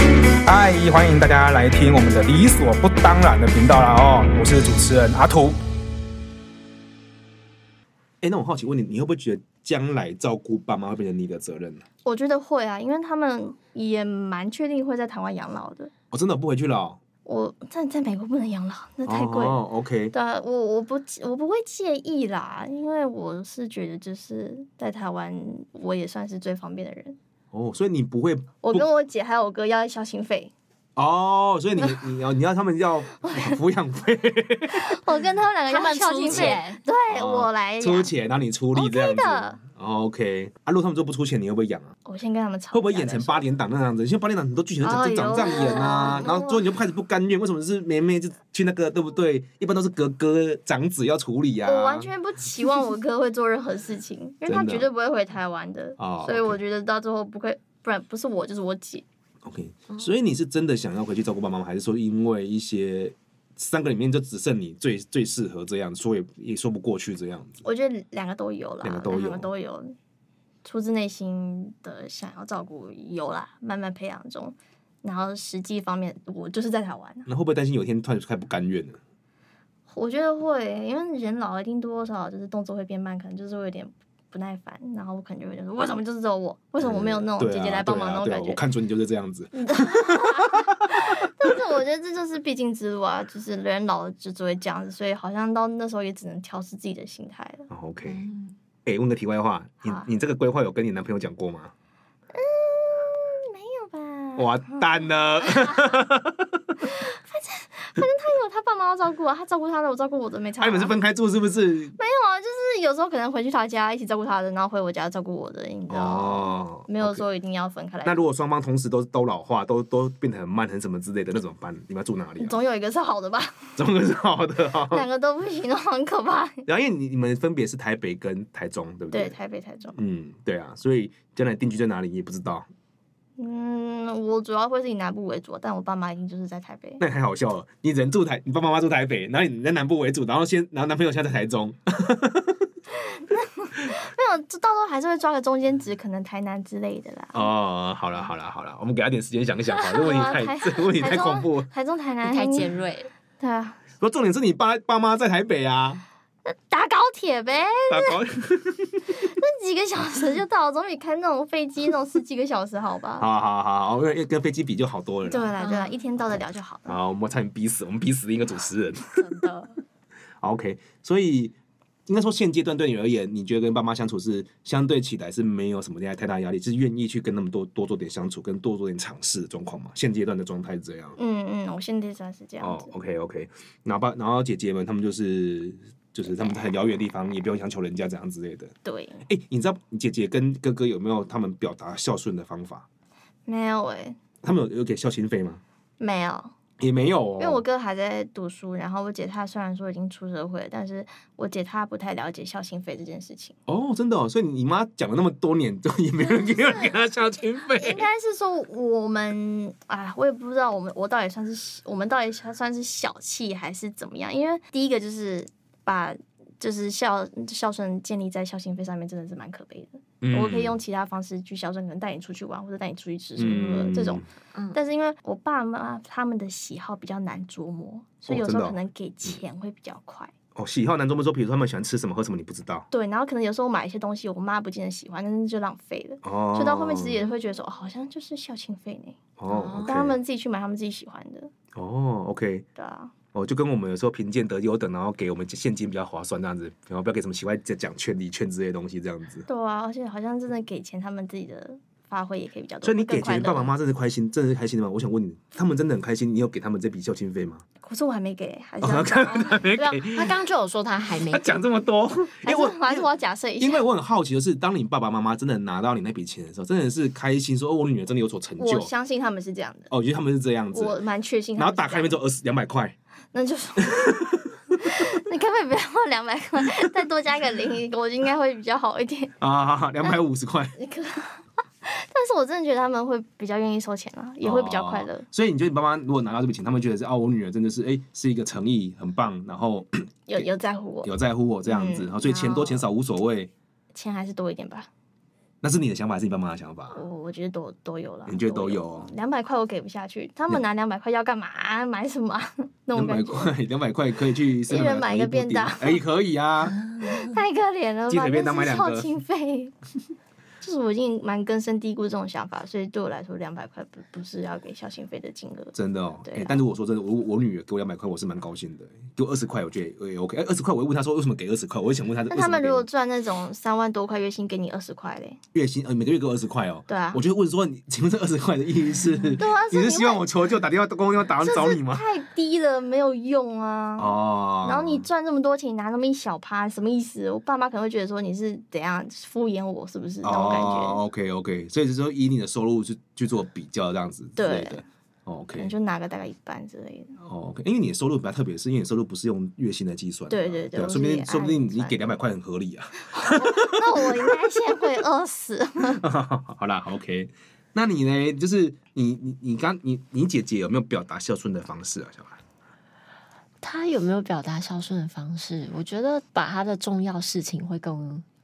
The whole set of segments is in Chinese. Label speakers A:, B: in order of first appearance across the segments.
A: 集，欢迎大家来听我们的理所不当然的频道啦哦，我是主持人阿图。
B: 哎，那我好奇问你，你会不会觉得将来照顾爸妈会变成你的责任呢、
C: 我觉得会啊，因为他们也蛮确定会在台湾养老的。
B: 我、真的不回去了哦、
C: 我在在美国不能养老，那太贵。
B: 哦，OK，
C: 对啊，我我不我不会介意啦，因为我是觉得就是在台湾我也算是最方便的人。
B: 哦，所以你不会
C: 我
B: 不
C: 跟我姐还有我哥要孝心 费，
B: 哦， 所以你你要你要他们要抚养费，
C: 我跟他们两个
D: 他
C: 要
D: 们
C: 孝
D: 出
C: 心费，
D: 钱，
C: 对、
B: 哦
C: 我来
B: 出
C: 养。
B: 钱，然后你出力这样子。
C: 的
B: 哦 OK，啊，如果他们都不出钱，你会不会养啊？
C: 我先跟他们吵架再
B: 会
C: 说，
B: 不会演成八点档那样子？现在八点档很多剧情都长
C: 哎
B: 就
C: 呦
B: 长这样演啊，然后最后你就开始不甘愿，为什么是妹妹就去那个对不对？一般都是哥哥长子要处理啊。
C: 我完全不期望我哥会做任何事情，因为他
B: 真的
C: 绝对不会回台湾的，
B: 哦
C: 所以我
B: OK
C: 觉得到最后不会，不然不是我就是我姐。
B: OK，所
C: 嗯
B: 以你是真的想要回去照顾爸爸吗？还是说因为一些三个里面就只剩你最最适合这样，说也也说不过去这样子？
C: 我觉得两个都有啦，
B: 两个都有
C: 都有出自内心的想要照顾有啦，慢慢培养中。然后实际方面，我就是在台湾啊、
B: 那会不会担心有一天突然就开始不甘愿了？
C: 我觉得会，因为人老了一定多多少少就是动作会变慢，可能就是会有点不耐烦，然后我可能就会觉得为什么就是只有我，为什么我没有那种
B: 对啊
C: 姐姐来帮忙
B: 对
C: 那
B: 啊
C: 种
B: 对啊
C: 感觉嗯
B: 我？看准你就是这样子。
C: 但是我觉得这就是必经之路啊，就是人老了就只会这样子，所以好像到那时候也只能调试自己的心态了。
B: 哦 OK，
D: 嗯
B: 哎、问个题外话，你
C: 好啊
B: 你这个规划有跟你男朋友讲过吗？
C: 没有吧？
B: 完蛋了，
C: 他有他爸妈要照顾啊，他照顾他的，我照顾我的，没差、啊。
B: 他们是分开住是不是？
C: 没有啊，就是有时候可能回去他家一起照顾他的，然后回我家照顾我的，你知道吗
B: 哦，
C: 没有
B: OK。
C: 说一定要分开来。
B: 那如果双方同时都都老化，都都变得很慢，很什么之类的，那怎么办？你们要住哪里、啊？
C: 总有一个是好的 吧，
B: 总归是好的、哦。
C: 两个都不行的话很可怕。
B: 然后因为你你们分别是台北跟台中，对不
C: 对，台北、台中，
B: 嗯，对啊，所以将来定居在哪里你也不知道，
C: 嗯，我主要会是以南部为主，但我爸妈一定就是在台北。
B: 那也太好笑了。你人住台，你爸爸妈妈住台北，然后你在南部为主，然后先，然后男朋友现在在台中，
C: 没有，这到时候还是会抓个中间值，可能台南之类的啦。
B: 哦，好了好了好了，我们给他点时间想一想吧。这个问题
C: 对
B: 太
C: 啊
B: 这个问题太恐怖了。
C: 台中、台南、
D: 太尖锐了，
C: 对啊，
B: 不，重点是你爸爸妈在台北啊，
C: 打高铁呗，
B: 打高
C: 那几个小时就到，总比开那种飞机那种十几个小时好吧？
B: 好好好好，跟跟飞机比就好多了
C: 对
B: 啦。
C: 啦，对啦，一天到得了就好了。
B: 好，我们差点逼死，我们逼死一个主 持人。
D: 真的。
B: 好 OK，所以应该说现阶段对你而言，你觉得跟爸妈相处是相对起来是没有什么太大压力，是愿意去跟他们多多做点相处，跟多做点尝试的状况嘛？现阶段的状态是这样。
C: 嗯嗯，我现在算是这样
B: 哦
C: 子。
B: ，OK OK，然后爸，然后姐姐们他们就是就是他们在很遥远的地方，也不用强求人家怎样之类的。
C: 对，
B: 哎、你知道你姐姐跟哥哥有没有他们表达孝顺的方法？
C: 没有欸诶，
B: 他们有有给孝心费吗？
C: 没有，
B: 也没有哦，
C: 因为我哥还在读书，然后我姐她虽然说已经出社会了，但是我姐她不太了解孝心费这件事情。
B: 哦，真的、哦，所以你妈讲了那么多年，都也没有人给人给她孝心
C: 应
B: 费。
C: 该是说我们啊，我也不知道我们我到底算是我们到底算算是小气还是怎么样？因为第一个就是把就是孝孝顺建立在孝心费上面，真的是蛮可悲的。
B: 嗯
C: 我可以用其他方式去孝顺，可能带你出去玩或者带你出去吃什么的、这种。
D: 嗯
C: 但是因为我爸妈他们的喜好比较难捉摸，所以
B: 哦
C: 有时
B: 真的哦
C: 候可能给钱会比较快。
B: 哦，喜好男中们说，比如说他们喜欢吃什么喝什么，你不知道
C: 对，然后可能有时候买一些东西，我妈不见得喜欢，但是就浪费了。
B: 哦。
C: 所以到后面其实也会觉得说，哦、好像就是孝亲费呢，
B: 哦，
C: 但他们自己去买他们自己喜欢的，
B: 哦，OK，
C: 对啊，
B: 哦，就跟我们有时候贫贱得优等，然后给我们现金比较划算这样子，然后不要给什么奇怪的奖券、礼券之类的东西这样子。
C: 对啊，而且好像真的给钱，他们自己的发挥也可以比较多。
B: 所以你
C: 会更
B: 给
C: 快
B: 钱，
C: 乐
B: 爸爸妈妈真的开心，真的是开心的吗？我想问你，他们真的很开心，你有给他们这笔孝亲费吗？
C: 可是我还没给，还是
B: 哦，
C: 要
B: 他
C: 找、
B: 看他 没
D: 对啊，
B: 给，
D: 他刚刚就有说他还没
B: 他讲这么多，因为
C: 还是
B: 我
C: 还是我要假设一下，
B: 因为我很好奇的是，当你爸爸妈妈真的拿到你那笔钱的时候，真的是开心说，哦，我女儿真的有所成就
C: 我。相信他们是这样的，
B: 哦，我觉得他们是这样子，
C: 我蛮确信。
B: 然后打开里面只有，二十两百块，
C: 那就是。 你可不可以不要花两百块，再多加个零，我应该会比较好一点。
B: 啊，两百五十块，
C: 那个，但是我真的觉得他们会比较愿意收钱啊，也会比较快乐。
B: 哦所以你觉得你爸妈如果拿到这笔钱，他们觉得是哦，我女儿真的是哎是一个诚意很棒，然后
C: 有有在乎我，
B: 有在乎我这样子，
C: 嗯
B: 哦所以钱多钱少无所谓。
C: 钱还是多一点吧。
B: 那是你的想法，还是你爸妈的想法？
C: 我我觉得都都有了，
B: 你觉得都有哦
C: 两百块我给不下去，他们拿两百块要干嘛、买什么 啊、那
B: 两
C: 种
B: 百
C: 感觉
B: 块，两百块可以 去 7-Eleven
C: 一人买一个便当
B: 买一部电影哎，可以啊。
C: 太可怜 了
B: 鸡
C: 吧？
B: 腿便当买
C: 真
B: 两
C: 是
B: 个
C: 超经费。 就是我已经蛮根深蒂固这种想法，所以对我来说，两百块不不是要给孝心费的金额。
B: 真的哦，
C: 对啊
B: 哎，但是我说真的，我我女儿给我两百块，我是蛮高兴的。给我二十块，我觉得也 OK。哎，二十块，我会问她说为什么给二十块，我会想问她。
C: 那
B: 为什
C: 他
B: 么
C: 们
B: 给
C: 如果赚那种三万多块月薪，给你二十块嘞？
B: 月薪呃每个月给我二十块哦，
C: 对啊
B: 我就会问说，你请问这二十块的意义是？
C: 对啊，
B: 你
C: 所
B: 是
C: 以你
B: 希望
C: 会
B: 我求救打电话公用 打
C: 这
B: 找
C: 是
B: 你吗？
C: 太低了，没有用啊。
B: 哦，
C: 然后你赚这么多钱，你拿那么一小趴，什么意思？我爸妈可能会觉得说你是怎样敷衍我，是不是那种
B: 哦
C: 感觉？
B: OK OK，所以就是说以你的收入去去做比较这样子之类的。哦
C: 可能
B: OK
C: 就拿个大概一半之类的。
B: 哦 OK，因为你的收入比较特别，是因为你的收入不是用月薪来计算的嘛，
C: 对对对
B: 啊
C: 我
B: 说不定
C: 是
B: 说不定
C: 按
B: 你给
C: 算
B: 两百块很合理啊。
C: 那我应该先会饿死。
B: 好啦，OK，那你呢？就是你你你刚你你姐姐有没有表达孝顺的方式啊？小孩
D: 他有没有表达孝顺的方式？我觉得把他的重要事情会跟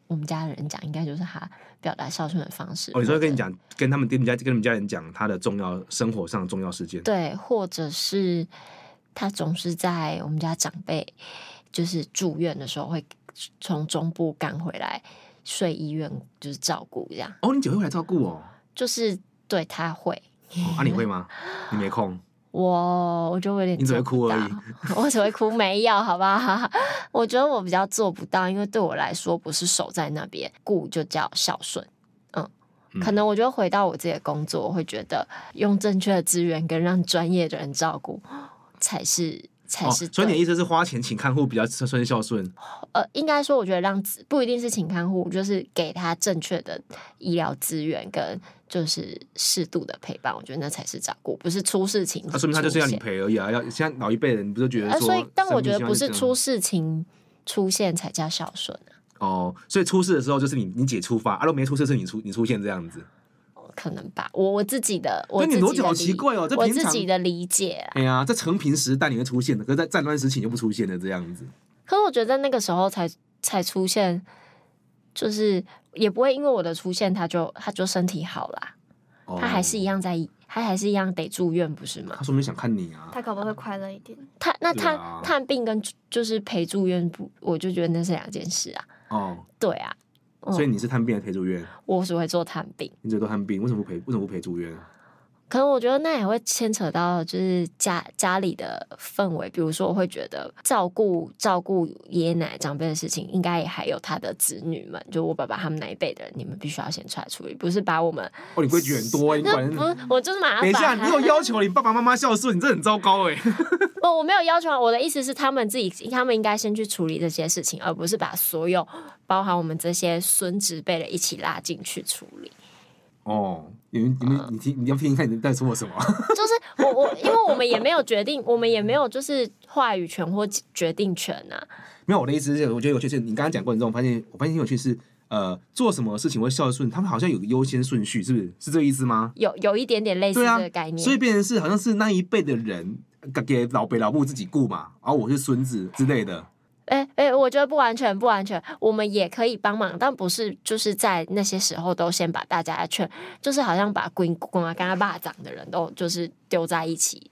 D: 我们家人讲，应该就是他表达孝顺的方式。
B: 哦，你说
D: 或者
B: 跟你讲，跟他们跟你们家跟你们家人讲他的重要生活上的重要事件，
D: 对，或者是他总是在我们家长辈就是住院的时候，会从中部赶回来睡医院，就是照顾这样，
B: 哦，你姐会来照 顾哦，
D: 就是对他会。
B: 哦啊，你会吗？你没 空，
D: 我我觉得我有点
B: 你只会
D: 做不
B: 哭而
D: 到
B: 已，
D: 我只会哭没有，好不好？ 我觉得我比较做不到，因为对我来说不是守在那边顾就叫孝顺。嗯，可能我觉得回到我自己的工作，我会觉得用正确的资源跟让专业的人照顾才是才
B: 哦，
D: 是
B: 所
D: 对、
B: 以你的意思是花钱请看护比较算孝顺
D: 呃，应该说我觉得让子不一定是请看护，就是给他正确的医疗资源跟就是适度的陪伴，我觉得那才是照顾，不是出事情。
B: 啊，说明他就是要
D: 出
B: 你
D: 现
B: 陪而已啊。要现在老一辈人不是觉得
D: 呃，
B: 说，
D: 所以但我觉得
B: 生
D: 不
B: 病希
D: 是
B: 望
D: 出事情出现才叫孝顺、啊、
B: 哦，所以出事的时候就是你你姐出发，啊，如果没出事是你出你出现这样 子。
D: 哦可能吧。我我自己的，我
B: 但你
D: 自己
B: 逻辑
D: 的
B: 好
D: 理
B: 奇怪哦这
D: 我
B: 平
D: 自
B: 常
D: 己的理解啊。
B: 哎呀，在成平时代你会出现的，可是在战乱时期你就不出现了这样子。
D: 可是我觉得在那个时候才才出现，就是也不会因为我的出现，他就他就身体好啦，
B: 哦
D: 他还是一，样在，他还是一样得住院，不是吗
B: 他？说明想看你啊。
C: 他搞不好会快乐一点。
D: 他那
B: 对
D: 他、
B: 啊
D: 探病跟住就是陪住院不，我就觉得那是两件事啊。
B: 哦，
D: 对啊，嗯
B: 所以你是探病还是陪住院？
D: 我只会做探病。
B: 你这都探病，为什么不陪？为什么不陪住 院？啊
D: 可能我觉得那也会牵扯到就是家家里的氛围，比如说我会觉得照顾照顾爷爷奶奶长辈的事情，应该也还有他的子女们，就我爸爸他们那一辈的人，你们必须要先出来处理，不是把我们
B: 哦，你规矩很多哎，你
D: 那啊
B: 管。
D: 不是我就是马上
B: 等一下，
D: 把
B: 啊你
D: 他
B: 有要求你爸爸妈妈孝顺，你这很糟糕 哎。
D: 我我没有要求啊，我的意思是他们自己，他们应该先去处理这些事情，而不是把所有包含我们这些孙子辈的一起拉进去处理。
B: 哦，你们你们你听，你要听听看你在说我 什么？
D: 就是我我，因为我们也没有决定，我们也没有就是话语权或决定权啊。
B: 没有，我的意思是，我觉得有趣是，你刚刚讲过程中，我发现我发现很有趣是，呃，做什么事情会孝顺，他们好像有个优先顺序，是不是？是这个意思吗？
D: 有有一点点类似
B: 对啊
D: 这个概，念，
B: 所以变成是好像是那一辈的人呃给老北老母自己顾嘛，然后我是孙子之类的。
D: 哎哎、我觉得不完全不完全，我们也可以帮忙，但不是就是在那些时候都先把大家的劝，就是好像把龟公啊、跟他爸长的人都就是丢在一起，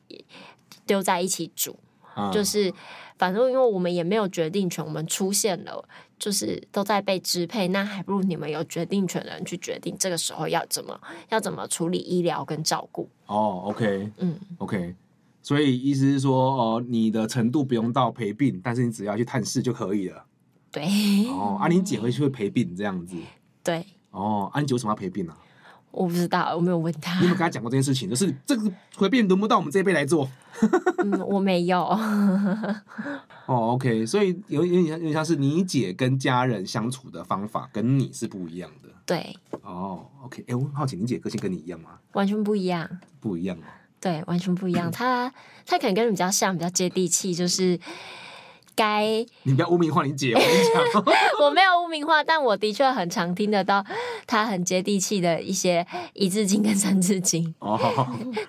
D: 丢在一起煮，
B: 啊
D: 就是反正因为我们也没有决定权，我们出现了，就是都在被支配，那还不如你们有决定权的人去决定这个时候要怎么要怎么处理医疗跟照顾，
B: 哦，OK
D: 嗯，
B: OK，所以意思是说，哦，你的程度不用到陪病，但是你只要去探视就可以了。
D: 对、
B: 哦，啊，你姐会去陪病这样子。
D: 对，
B: 哦，啊，你姐为什么要陪病啊？
D: 我不知道，我没有问他，
B: 你有没有跟她讲过这件事情？就是这个陪病轮不到我们这一辈来做。
D: 嗯，我没有。
B: 哦，OK，所以有有点像有点像是你姐跟家人相处的方法跟你是不一样的。
D: 对，
B: 哦，OK，哎、我很好奇，你姐个性跟你一样吗？
D: 完全不一样。
B: 不一样哦。
D: 对，完全不一样。他他可能跟你比较像，比较接地气，就是该
B: 你不要污名化你姐，我跟你讲。
D: 我没有污名化，但我的确很常听得到他很接地气的一些一字经跟三字经。
B: 哦，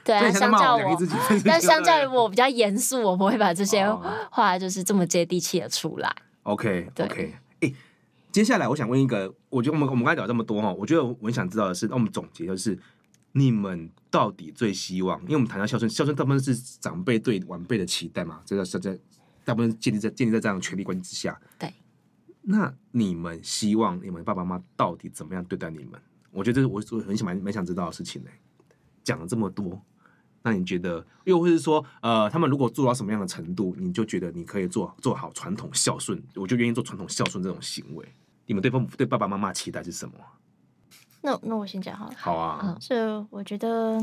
D: 对
B: 所
D: 啊，
B: 以
D: 相
B: 相骂
D: 较
B: 我两个自
D: 我，
B: 己，
D: 但相较于我比较严肃，我不会把这些
B: 哦
D: 话就是这么接地气的出来。
B: ，OK
D: 对
B: OK，哎、接下来我想问一个，我觉得我们我们刚才聊这么多哈，我觉得我很想知道的是，那我们总结就是。你们到底最希望？因为我们谈到孝顺，孝顺大部分是长辈对晚辈的期待嘛，这个是在大部分建立在建立在这样的权力关系之下。
D: 对。
B: 那你们希望你们爸爸妈妈到底怎么样对待你们？我觉得这是我我很想蛮蛮想知道的事情呢、讲了这么多，那你觉得，又或是说，呃，他们如果做到什么样的程度，你就觉得你可以做做好传统孝顺，我就愿意做传统孝顺这种行为。你们对父对爸爸妈妈的期待是什么？
C: 那那我先讲好了。
B: 好啊，
C: 是我觉得，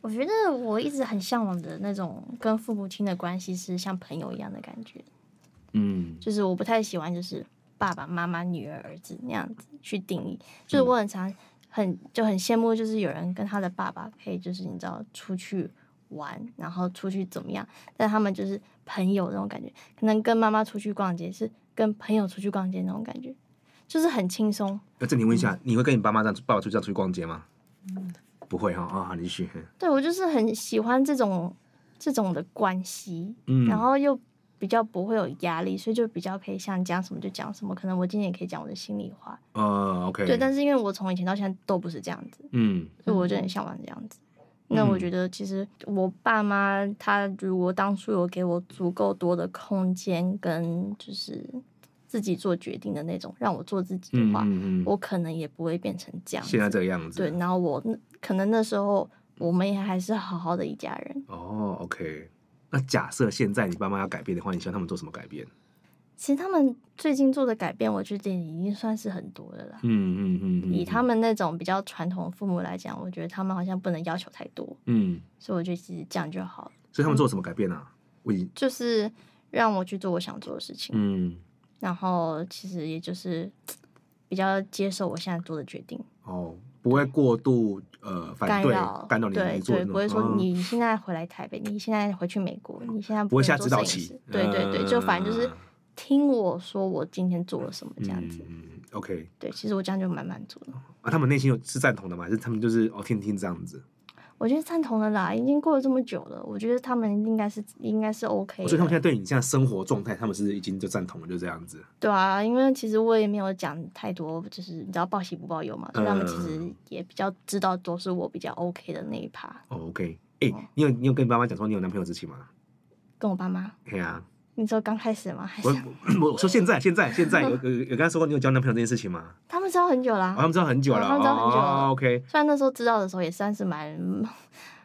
C: 我觉得我一直很向往的那种跟父母亲的关系是像朋友一样的感觉，
B: 嗯
C: 就是我不太喜欢就是爸爸妈妈、女儿、儿子那样子去定义，就是我很常很就很羡慕，就是有人跟他的爸爸可以就是你知道出去。玩，然后出去怎么样？但他们就是朋友那种感觉，可能跟妈妈出去逛街是跟朋友出去逛街那种感觉，就是很轻松，
B: 那这里问一
C: 嗯
B: 下，你会跟你爸妈这样爸爸出去这样出去逛街吗？不会哈、啊，好你继续。
C: 对我就是很喜欢这种这种的关系，
B: 嗯
C: 然后又比较不会有压力，所以就比较可以像讲什么就讲什么。可能我今天也可以讲我的心里话，
B: 呃，OK，
C: 对。但是因为我从以前到现在都不是这样子，
B: 嗯
C: 所以我就很向往这样子。那我觉得，其实我爸妈他如果当初有给我足够多的空间跟就是自己做决定的那种，让我做自己的
B: 嗯
C: 话，
B: 嗯嗯，
C: 我可能也不会变成这样子。
B: 现在这个样子。
C: 对，然后我那可能那时候我们也还是好好的一家人。
B: 哦，OK。那假设现在你爸妈要改变的话，你希望他们做什么改变？
C: 其实他们最近做的改变，我觉得已经算是很多的了啦。
B: 嗯嗯嗯嗯，
C: 以他们那种比较传统的父母来讲，我觉得他们好像不能要求太多，
B: 嗯，
C: 所以我觉得其实这样就好了，
B: 所以他们做什么改变啊？我已经
C: 就是让我去做我想做的事情，
B: 嗯。
C: 然后其实也就是比较接受我现在做的决定，
B: 哦，不会过度呃反
C: 干
B: 对
C: 扰
B: 干扰你
C: 对
B: 你做
C: 对，
B: 的
C: 不会说
B: 嗯
C: 你现在回来台北，你现在回去美国，你现在
B: 不会
C: 能
B: 下
C: 做
B: 指导
C: 摄影
B: 棋
C: 师，对对对，就反正就是
B: 嗯
C: 听我说我今天做了什么这样子，
B: 嗯嗯嗯 OK
C: 对，其实我这样就蛮满足了。
B: 啊，他们内心有是赞同的吗？还是他们就是哦听听这样子？
C: 我觉得赞同的啦，已经过了这么久了，我觉得他们应该是应该是 OK
B: 哦所以他们现在
C: 的，
B: 对你现在生活状态，他们是已经就赞同了，就这样子。
C: 对啊，因为其实我也没有讲太多，就是你知道报喜不报忧嘛，所以他们其
B: 嗯
C: 实也比较知道都是我比较 OK 的那一趴，
B: 哦 OK，哎、你有你有跟你爸妈讲说你有男朋友之情吗？
C: 跟我爸妈。
B: 嘿啊，
C: 你说刚开始吗？还是
B: 我我我说现在现在现 在有有有跟他说过你有交男朋友这件事情吗？
C: 他们知道很久啦、
B: 哦，他们知道很久了，
C: 他们知道很久了嗯
B: 哦、OK，
C: 虽然那时候知道的时候也算是蛮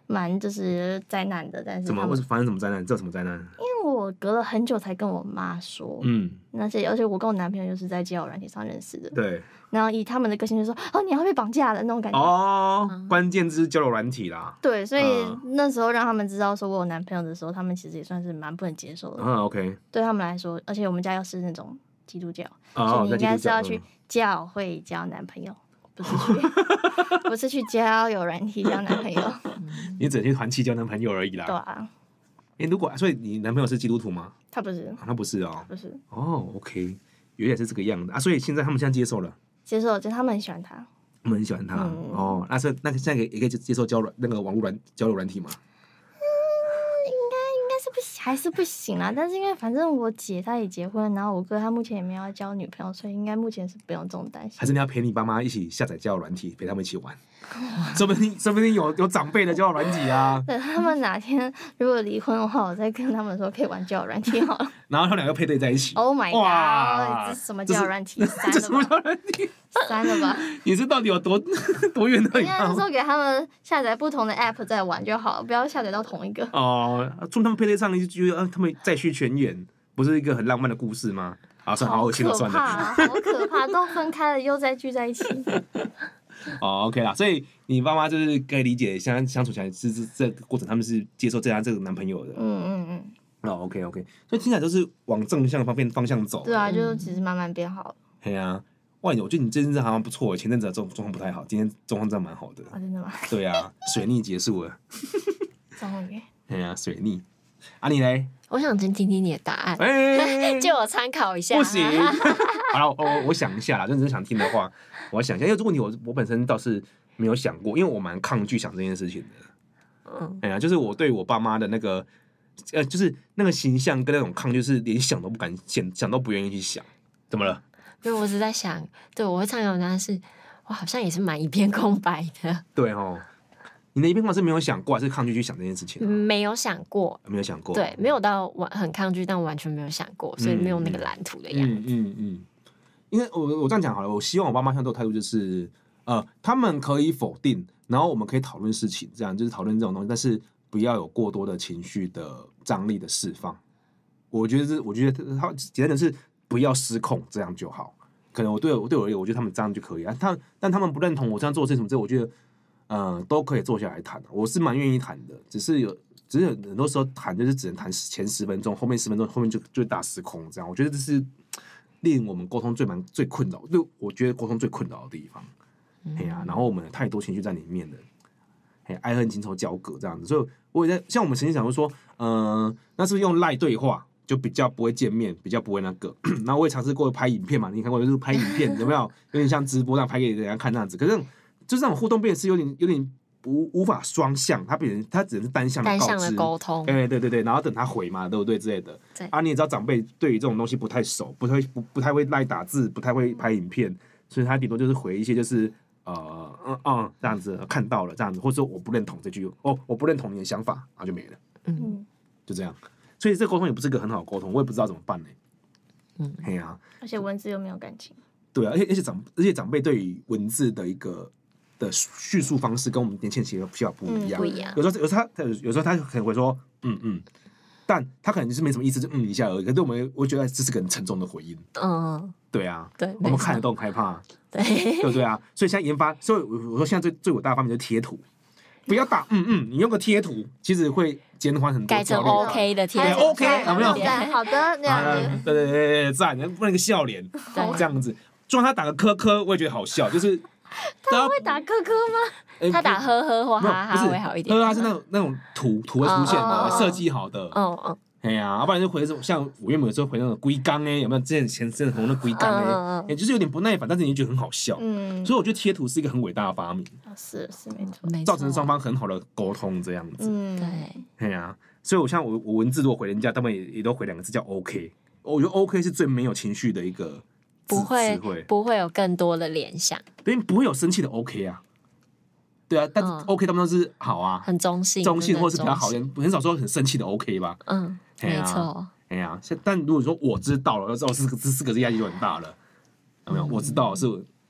C: 蛮就是灾难的，但是
B: 怎么
C: 他
B: 会
C: 们哦
B: 是发生什么灾难？这有什么灾难？
C: 因为我隔了很久才跟我妈说，
B: 嗯，
C: 而且而且我跟我男朋友就是在交友软体上认识的，
B: 对，
C: 然后以他们的个性就说哦你要被绑架了那种感觉。
B: 哦，
C: 嗯
B: 关键字是交友软体啦。
C: 对，所以
B: 嗯
C: 那时候让他们知道说我有男朋友的时候，他们其实也算是蛮不能接受的。
B: 嗯，OK，
C: 对他们来说，而且我们家又是那种基督教，所
B: 哦，
C: 以你
B: 那
C: 应
B: 基
C: 该
B: 督
C: 是
B: 教
C: 要去
B: 嗯
C: 教会交男朋友，不是去不是去 交友软体交男 朋友，
B: 嗯你只能去团契交男朋友而已啦。
C: 对啊，
B: 哎、如果所以你男朋友是基督徒吗？
C: 他不是
B: 啊、他不是哦。
C: 不是
B: 哦，OK，原来是这个样子啊。所以现在他们现在接受了，
C: 接受，就他们很喜欢他。
B: 他们很喜欢他、
C: 嗯
B: 哦。那是那现在也可以接受交软那个网络软交友软体嘛？
C: 但是不行，还是不行啦。但是因为反正我姐她也结婚，然后我哥他目前也没有要交女朋友，所以应该目前是不用这种担
B: 还
C: 心。
B: 是你要陪你爸妈一起下载交友软体，陪他们一起 玩？说不定说不定有有长辈的交友软体啊，
C: 等他们哪天如果离婚的话，我再跟他们说可以玩交友软 体好了。
B: 然后他们两个配对在一起。
C: Oh my
B: 哇
C: god！这是什么交友软体？删
B: 这什么
C: 了
B: 交
C: 吧，
B: 友软体？
C: 删了吧。
B: 你是到底有多 多啊远的
C: 应
B: 你
C: 该
B: 爸
C: 那时
B: 妈？
C: 候给他们下载不同的 app 再玩就好了，不要下载到同一个。
B: 哦，祝他们配对上，你就觉得呃他们再续前缘，不是一个很浪漫的故事吗？啊，算了好
C: 好
B: 恶心了，
C: 可
B: 算
C: 怕
B: 了。
C: 啊！好可怕，都分开了又再聚在 一起。
B: 哦，OK 啦，所以你爸妈就是可以理解相相处起来是是这个过程，他们是接受这样这个男朋友的。
C: 嗯嗯嗯，
B: 哦，OK OK，所以听起来都是往正向方面方向走。
C: 对啊，就其实慢慢变好了。
B: 嘿啊，哇，我觉得你最近这好像不错，前阵子的状状况不太好，今天状况真的蛮好的。
C: 啊，真 的吗？
B: 对啊，水逆结束了。
C: 终于。
B: 嘿啊，水逆。啊，你嘞？
D: 我想先听听你的答案，
B: 哎、
D: 借我参考一下。
B: 不行。 好了，我我我想一下啦，认真想听的话，我想一下，因为这个问题我我本身倒是没有想过，因为我蛮抗拒想这件事情的。
D: 嗯，
B: 哎呀，就是我对我爸妈的那个，呃，就是那个形象跟那种抗拒，是连想都不敢想，想都不愿意去想。怎么了？
D: 所以我只在想，对我会唱给我妈是，我好像也是蛮一片空白的，
B: 对哦，你的一片空白是没有想过，还是抗拒去想这件事情啊、
D: 没有想过，
B: 没有想过，
D: 嗯对，没有到完很抗拒，但完全没有想过，所以没有那个蓝图的样子。
B: 嗯嗯嗯，因为我我这样讲好了，我希望我爸妈现在都有态度就是，呃，他们可以否定，然后我们可以讨论事情，这样就是讨论这种东西，但是不要有过多的情绪的张力的释放。我觉得是，我觉得他简单的是不要失控，这样就好。可能我对我对我而言，我觉得他们这样就可以啊。他但他们不认同我这样做这什么这，我觉得，呃，都可以坐下来谈的。我是蛮愿意谈的，只是有，只是有很多时候谈就是只能谈十前十分钟，后面十分钟后面就就大失控这样。我觉得这是令我们沟通最蛮最困扰，就我觉得沟通最困扰的地方。哎呀、
D: 嗯
B: 然后我们有太多情绪在里面了，哎，爱恨情仇交葛这样子，所以我也在像我们曾经想过说，嗯，那是不是用赖对话就比较不会见面，比较不会那个？ 那我也尝试过拍影片嘛，你看过就是拍影片有 没有？有点像直播那样拍给人家看那样子，可是那种就是那种互动变得是有点有点无无法双向，它变成它只能是单向的
D: 单
B: 告知哎
D: 向的沟通，
B: 对对对对，然后等他回嘛，对不对之类的？
D: 对
B: 啊，你也知道长辈对于这种东西不太熟，不太不不太会赖打字，不太会拍影片，所以他顶多就是回一些就是呃嗯嗯这样子看到了这样子，或者说我不认同这句哦，我不认同你的想法，然后就没了，
D: 嗯，
C: 嗯，
B: 就这样。所以这沟通也不是个很好的沟通，我也不知道怎么办呢。
D: 嗯，
B: 嘿呀、啊，
C: 而且文字又没有感情，
B: 对啊，而且而且长而且长辈对于文字的一个的叙述方式跟我们年轻人其实比较不嗯
C: 嗯
B: 一样，
D: 不一样。
B: 有时候有时候他有有时候他可能会说嗯嗯，但他可能就是没什么意思，就嗯一下而已。可是我们我觉得这是个很沉重的回应，
D: 嗯，
B: 对啊，
D: 对，
B: 我
D: 没
B: 们
D: 错
B: 看得都很害 怕，
D: 对，
B: 对不对啊？所以现在研发，所以我我说现在最最伟大的发明就是贴图，不要打嗯嗯，你用个贴图，其实会减缓很多
D: 改
B: 焦
D: 成
B: 虑感
D: OK 的贴
B: 对
D: 纸
B: 哎 OK，有没有
C: 赞好的，那
B: 啊
C: 样子，
B: 对对对对对，赞，然后弄一个笑脸，
D: 对
B: 这样子，就让他打个科科，我也觉得好笑， 就是他
C: 会打科科吗？
D: 他打呵呵或哈
B: 哎没有
D: 哈
B: 不
D: 会
B: 是
D: 好一点
B: 科。科它是那种那种图图会出现
D: 哦
B: 的
D: 哦，哦
B: 设计好的，
D: 嗯嗯
B: 哎呀、要不然就回这种像我原本有时候回那种龟缸哎，有没有？之前前阵子红的龟缸
D: 嗯嗯
B: 哎
D: 嗯，
B: 也就是有点不耐烦，但是你就觉得很好笑。
C: 嗯，
B: 所以我觉得贴图是一个很伟大的发明，
C: 啊是是没错，
D: 嗯，没错
B: 造成双方很好的沟通这样子。
C: 嗯，
D: 对，
B: 哎呀、所以我像我我文字如果回人家，他们也也都回两个字叫 OK。我觉得 OK 是最没有情绪的一个字
D: 不
B: 词汇
D: 会，不会有更多的联想，
B: 别人不会有生气的 OK 啊。对啊，但是
D: 嗯
B: OK 他们都是好啊，
D: 很中性，
B: 中性
D: 真的
B: 或是比较好
D: 中性。
B: 人，很少说很生气的 OK 吧。
D: 嗯，
B: 嘿
D: 没
B: 啊
D: 错，
B: 哎呀，像但如果说我知道了，要知道四个这四个字压力就很大了，有没有？我知道是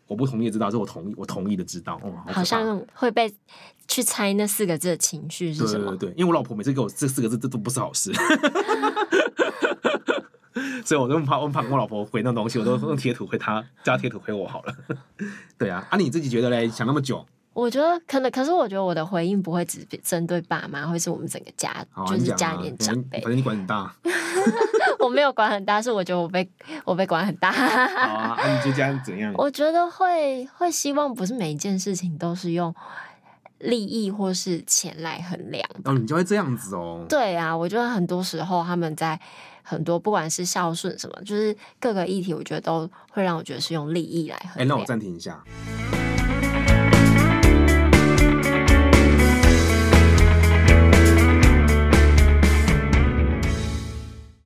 B: 我不同意，知道是我同意，我同意的知道，哦，好可怕
D: 嗯好像会被去猜那四个字的情绪是
B: 对
D: 什
B: 对对
D: 么。
B: 对，因为我老婆每次给我这四个字，这都不是好事， 所以我都很怕，我很怕跟我老婆回那种东西，我都用贴图回她，加贴图回我好了。 对啊，啊你自己觉得嘞？想那么久，
D: 我觉得可能，可是我觉得我的回应不会只针对爸妈，会是我们整个家，
B: 好、啊，
D: 就
B: 你
D: 是
B: 讲
D: 家
B: 啊
D: 里，面
B: 反
D: 长
B: 正
D: 辈
B: 反。正你管很大，
D: 我没有管很大，是我觉得我被我被管很大。
B: 好啊，啊你就这样怎样？
D: 我觉得会会希望不是每一件事情都是用利益或是钱来衡量。
B: 哦，你就会这样子哦。
D: 对啊，我觉得很多时候他们在很多不管是孝顺什么，就是各个议题，我觉得都会让我觉得是用利益来
B: 哎、
D: 衡
B: 那
D: 量。
B: 我暂停一下。